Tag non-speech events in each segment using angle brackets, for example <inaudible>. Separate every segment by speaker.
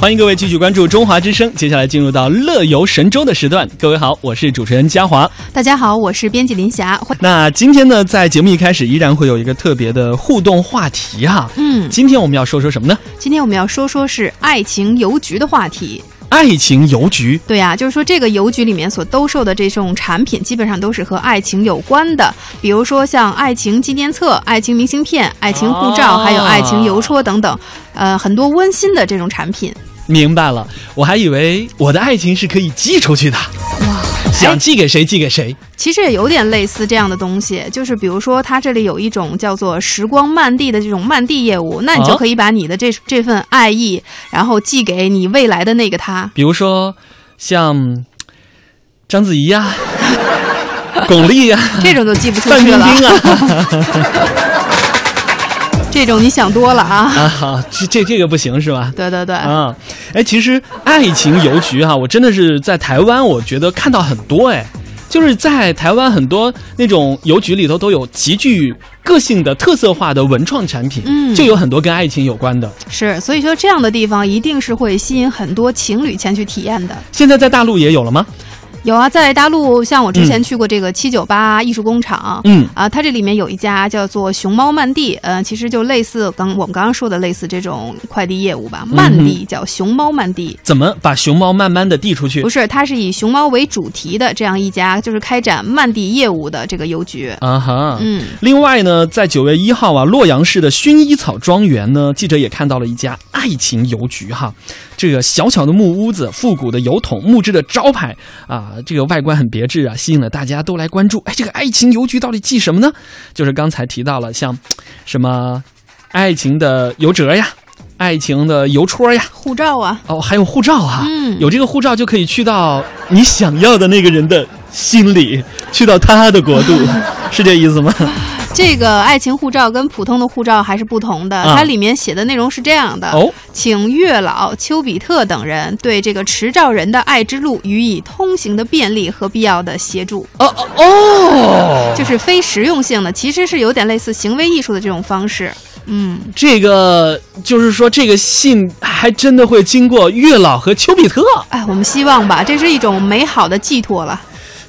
Speaker 1: 欢迎各位继续关注中华之声，接下来进入到乐游神州的时段。各位好，我是主持人嘉华。
Speaker 2: 大家好，我是编辑林霞。欢
Speaker 1: 那今天呢，在节目一开始依然会有一个特别的互动话题哈、
Speaker 2: 嗯，
Speaker 1: 今天我们要说说什么呢？
Speaker 2: 今天我们要说说是爱情邮局的话题。
Speaker 1: 爱情邮局。
Speaker 2: 对呀、就是说这个邮局里面所兜售的这种产品，基本上都是和爱情有关的，比如说像爱情纪念册、爱情明信片、爱情护照，
Speaker 1: 哦
Speaker 2: 还有爱情邮戳等等，呃，很多温馨的这种产品。
Speaker 1: 明白了，我还以为我的爱情是可以寄出去的，想寄给谁寄给谁。
Speaker 2: 其实也有点类似这样的东西，就是比如说，它这里有一种叫做“时光漫递”的这种漫递业务，那你
Speaker 1: 啊
Speaker 2: 就可以把你的这这份爱意，然后寄给你未来的那个他。
Speaker 1: 比如说像章子怡呀、
Speaker 2: <laughs>
Speaker 1: 巩俐呀、
Speaker 2: 这种就寄不出
Speaker 1: 范
Speaker 2: 去
Speaker 1: 冰
Speaker 2: 了，
Speaker 1: 冰啊
Speaker 2: 这种你想多了啊。
Speaker 1: 啊，好这这这个不行是吧？
Speaker 2: 对对对，
Speaker 1: 啊，哎，其实爱情邮局哈、我真的是在台湾，我觉得看到很多哎，就是在台湾很多那种邮局里头都有极具个性的特色化的文创产品，
Speaker 2: 嗯
Speaker 1: 就有很多跟爱情有关的。
Speaker 2: 是，所以说这样的地方一定是会吸引很多情侣前去体验的。
Speaker 1: 现在在大陆也有了吗？
Speaker 2: 有啊，在大陆，像我之前去过这个七九八艺术工厂。
Speaker 1: 嗯，
Speaker 2: 啊，它这里面有一家叫做熊猫漫递，呃，其实就类似刚我们刚刚说的类似这种快递业务吧，漫递叫熊猫漫递，
Speaker 1: 怎么把熊猫慢慢的递出去
Speaker 2: 不？是，它是以熊猫为主题的这样一家就是开展漫递业务的这个邮局。
Speaker 1: 啊哈，
Speaker 2: 嗯，
Speaker 1: 另外呢，在九月一号啊，洛阳市的薰衣草庄园呢，记者也看到了一家爱情邮局哈，这个小巧的木屋子、复古的油桶、木质的招牌啊，这个外观很别致啊，吸引了大家都来关注。哎，这个爱情邮局到底寄什么呢？就是刚才提到了像什么爱情的邮折呀、爱情的邮戳呀，
Speaker 2: 护照啊，
Speaker 1: 哦，还有护照哈、
Speaker 2: 嗯
Speaker 1: 有这个护照就可以去到你想要的那个人的心里，去到他的国度，是这意思吗？
Speaker 2: 这个爱情护照跟普通的护照还是不同的，
Speaker 1: 啊
Speaker 2: 它里面写的内容是这样的：
Speaker 1: 哦，
Speaker 2: 请月老、丘比特等人对这个持照人的爱之路予以通行的便利和必要的协助，
Speaker 1: 哦哦哦，
Speaker 2: 就是非实用性的，其实是有点类似行为艺术的这种方式。嗯，
Speaker 1: 这个就是说，这个信还真的会经过月老和丘比特，
Speaker 2: 哎，我们希望吧，这是一种美好的寄托了，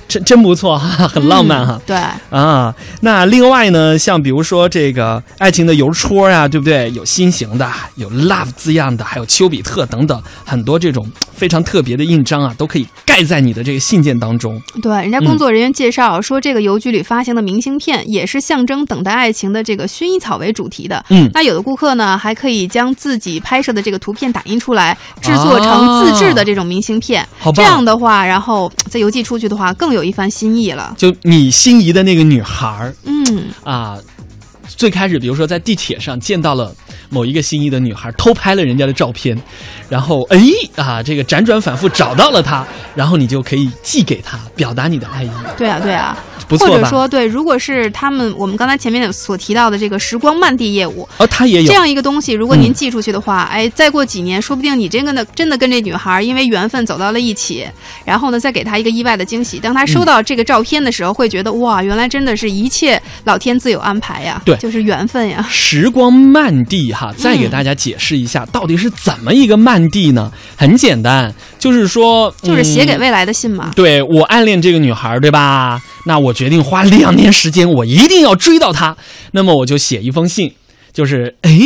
Speaker 1: 真真不错哈哈，很浪漫哈
Speaker 2: 嗯。对，
Speaker 1: 啊，那另外呢，像比如说这个爱情的邮戳啊，对不对？有心形的，有 love 字样的，还有丘比特等等，很多这种非常特别的印章啊，都可以盖在你的这个信件当中。
Speaker 2: 对，人家
Speaker 1: 嗯
Speaker 2: 工作人员介绍说，这个邮局里发行的明信片也是象征等待爱情的这个薰衣草为主题的。
Speaker 1: 嗯
Speaker 2: 那有的顾客呢，还可以将自己拍摄的这个图片打印出来，制作成自制的这种明信片。
Speaker 1: 啊好
Speaker 2: 这
Speaker 1: 棒
Speaker 2: 样的话，然后再邮寄出去的话，更有一番新意了。
Speaker 1: 就你心仪的那个女孩儿，
Speaker 2: 嗯，
Speaker 1: 啊，最开始比如说在地铁上见到了某一个心仪的女孩，偷拍了人家的照片，然后哎啊，这个辗转反复找到了她，然后你就可以寄给她，表达你的爱意，
Speaker 2: 对啊，对啊。
Speaker 1: 不
Speaker 2: 或
Speaker 1: 错
Speaker 2: 者
Speaker 1: 吧？
Speaker 2: 说，对，如果是他们我们刚才前面所提到的这个时光漫递业务，
Speaker 1: 哦，她也
Speaker 2: 这
Speaker 1: 有
Speaker 2: 样一个东西，如果您寄出去的话，
Speaker 1: 嗯
Speaker 2: 哎，再过几年，说不定你真跟的真的跟这女孩儿因为缘分走到了一起，然后呢，再给她一个意外的惊喜。当她收到这个照片的时候，会觉得哇，原来真的是一切老天自有安排呀，
Speaker 1: 对
Speaker 2: 就是缘分呀。
Speaker 1: 时光漫递哈，再给大家解释一下，到底是怎么一个漫递呢？很简单，就是说，
Speaker 2: 就是写给
Speaker 1: 嗯
Speaker 2: 未来的信嘛，
Speaker 1: 对我暗恋这个女孩儿，对吧？那我决定花两年时间，我一定要追到她。那么我就写一封信，就是哎，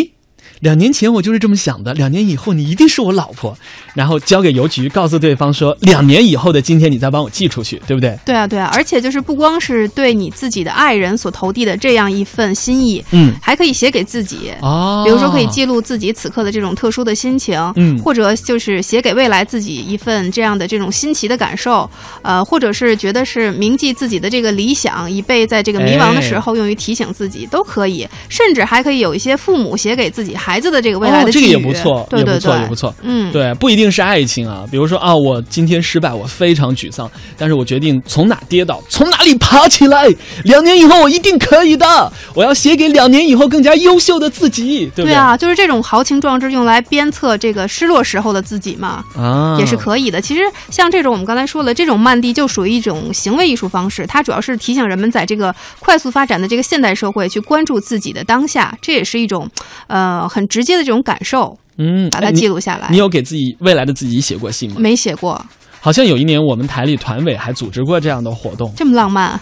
Speaker 1: 两年前我就是这么想的，两年以后你一定是我老婆。然后交给邮局，告诉对方说，两年以后的今天你再帮我寄出去，对不对？
Speaker 2: 对啊，对啊，而且就是不光是对你自己的爱人所投递的这样一份心意，
Speaker 1: 嗯，
Speaker 2: 还可以写给自己，
Speaker 1: 哦，
Speaker 2: 比如说可以记录自己此刻的这种特殊的心情，
Speaker 1: 嗯
Speaker 2: 或者就是写给未来自己一份这样的这种新奇的感受，呃，或者是觉得是铭记自己的这个理想，以备在这个迷茫的
Speaker 1: 哎
Speaker 2: 时候用于提醒自己，都可以，甚至还可以有一些父母写给自己孩子的这个未来
Speaker 1: 哦
Speaker 2: 的、寄
Speaker 1: 这个也
Speaker 2: 语
Speaker 1: 不错，
Speaker 2: 对对
Speaker 1: 也不
Speaker 2: 对
Speaker 1: 错，，也不错。
Speaker 2: 嗯，
Speaker 1: 对，不一定是爱情啊，比如说啊，我今天失败，我非常沮丧，但是我决定从哪跌倒，从哪里爬起来。两年以后我一定可以的，我要写给两年以后更加优秀的自己，对不对？
Speaker 2: 啊，就是这种豪情壮志用来鞭策这个失落时候的自己嘛。
Speaker 1: 啊
Speaker 2: 也是可以的。其实像这种我们刚才说了，这种漫地就属于一种行为艺术方式，它主要是提醒人们在这个快速发展的这个现代社会去关注自己的当下，这也是一种呃很直接的这种感受。
Speaker 1: 嗯，
Speaker 2: 把它记录下来。
Speaker 1: 你有给自己未来的自己写过信吗？
Speaker 2: 没写过，
Speaker 1: 好像有一年我们台里团委还组织过这样的活动。
Speaker 2: 这么浪漫，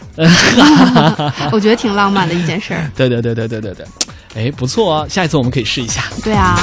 Speaker 2: 我觉得挺浪漫的一件事儿。
Speaker 1: 对对对对对对对，哎，不错啊，下一次我们可以试一下。
Speaker 2: 对啊，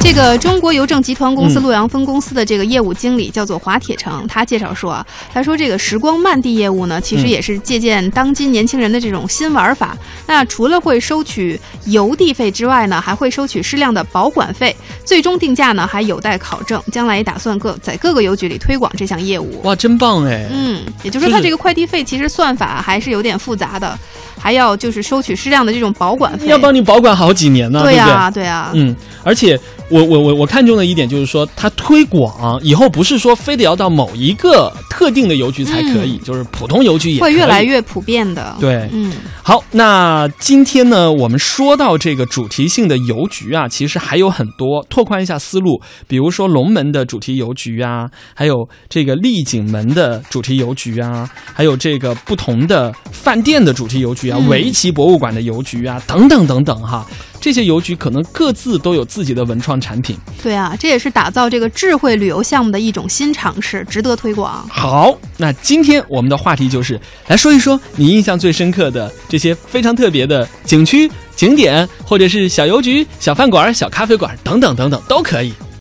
Speaker 2: 这个中国邮政集团公司洛阳分公司的这个业务经理叫做华铁成，他介绍说啊，他说这个时光慢递业务呢，其实也是借鉴当今年轻人的这种新玩法。那除了会收取邮递费之外呢，还会收取适量的保管费，最终定价呢还有待考证。将来也打算各在各个邮局里推广这项业务。
Speaker 1: 哇，真棒哎！
Speaker 2: 嗯，也就是说，它这个快递费其实算法还是有点复杂的，还要就是收取适量的这种保管费。
Speaker 1: 要帮你保管好几年呢，
Speaker 2: 对啊
Speaker 1: 不对？
Speaker 2: 呀，对呀，
Speaker 1: 嗯，而且我我我我看中的一点就是说，它推广以后不是说非得要到某一个特定的邮局才可以，就是普通邮局也
Speaker 2: 嗯会越来
Speaker 1: 越
Speaker 2: 越普遍的。，
Speaker 1: 对。
Speaker 2: 嗯，
Speaker 1: 好，那今天呢，我们说到这个主题性的邮局啊，其实还有很多，拓宽一下思路，比如说龙门的主题邮局啊，还有这个丽景门的主题邮局啊，还有这个不同的饭店的主题邮局啊，
Speaker 2: 嗯
Speaker 1: 围棋博物馆的邮局啊，等等等等哈，这些邮局可能各自都有自己的文创产品。
Speaker 2: 对啊，这也是打造这个智慧旅游项目的一种新尝试，值得推广。
Speaker 1: 好，那今天我们的话题就是来说一说你印象最深刻的这些非常特别的景区、景点，或者是小邮局、小饭馆、小咖啡馆等等等等都可以。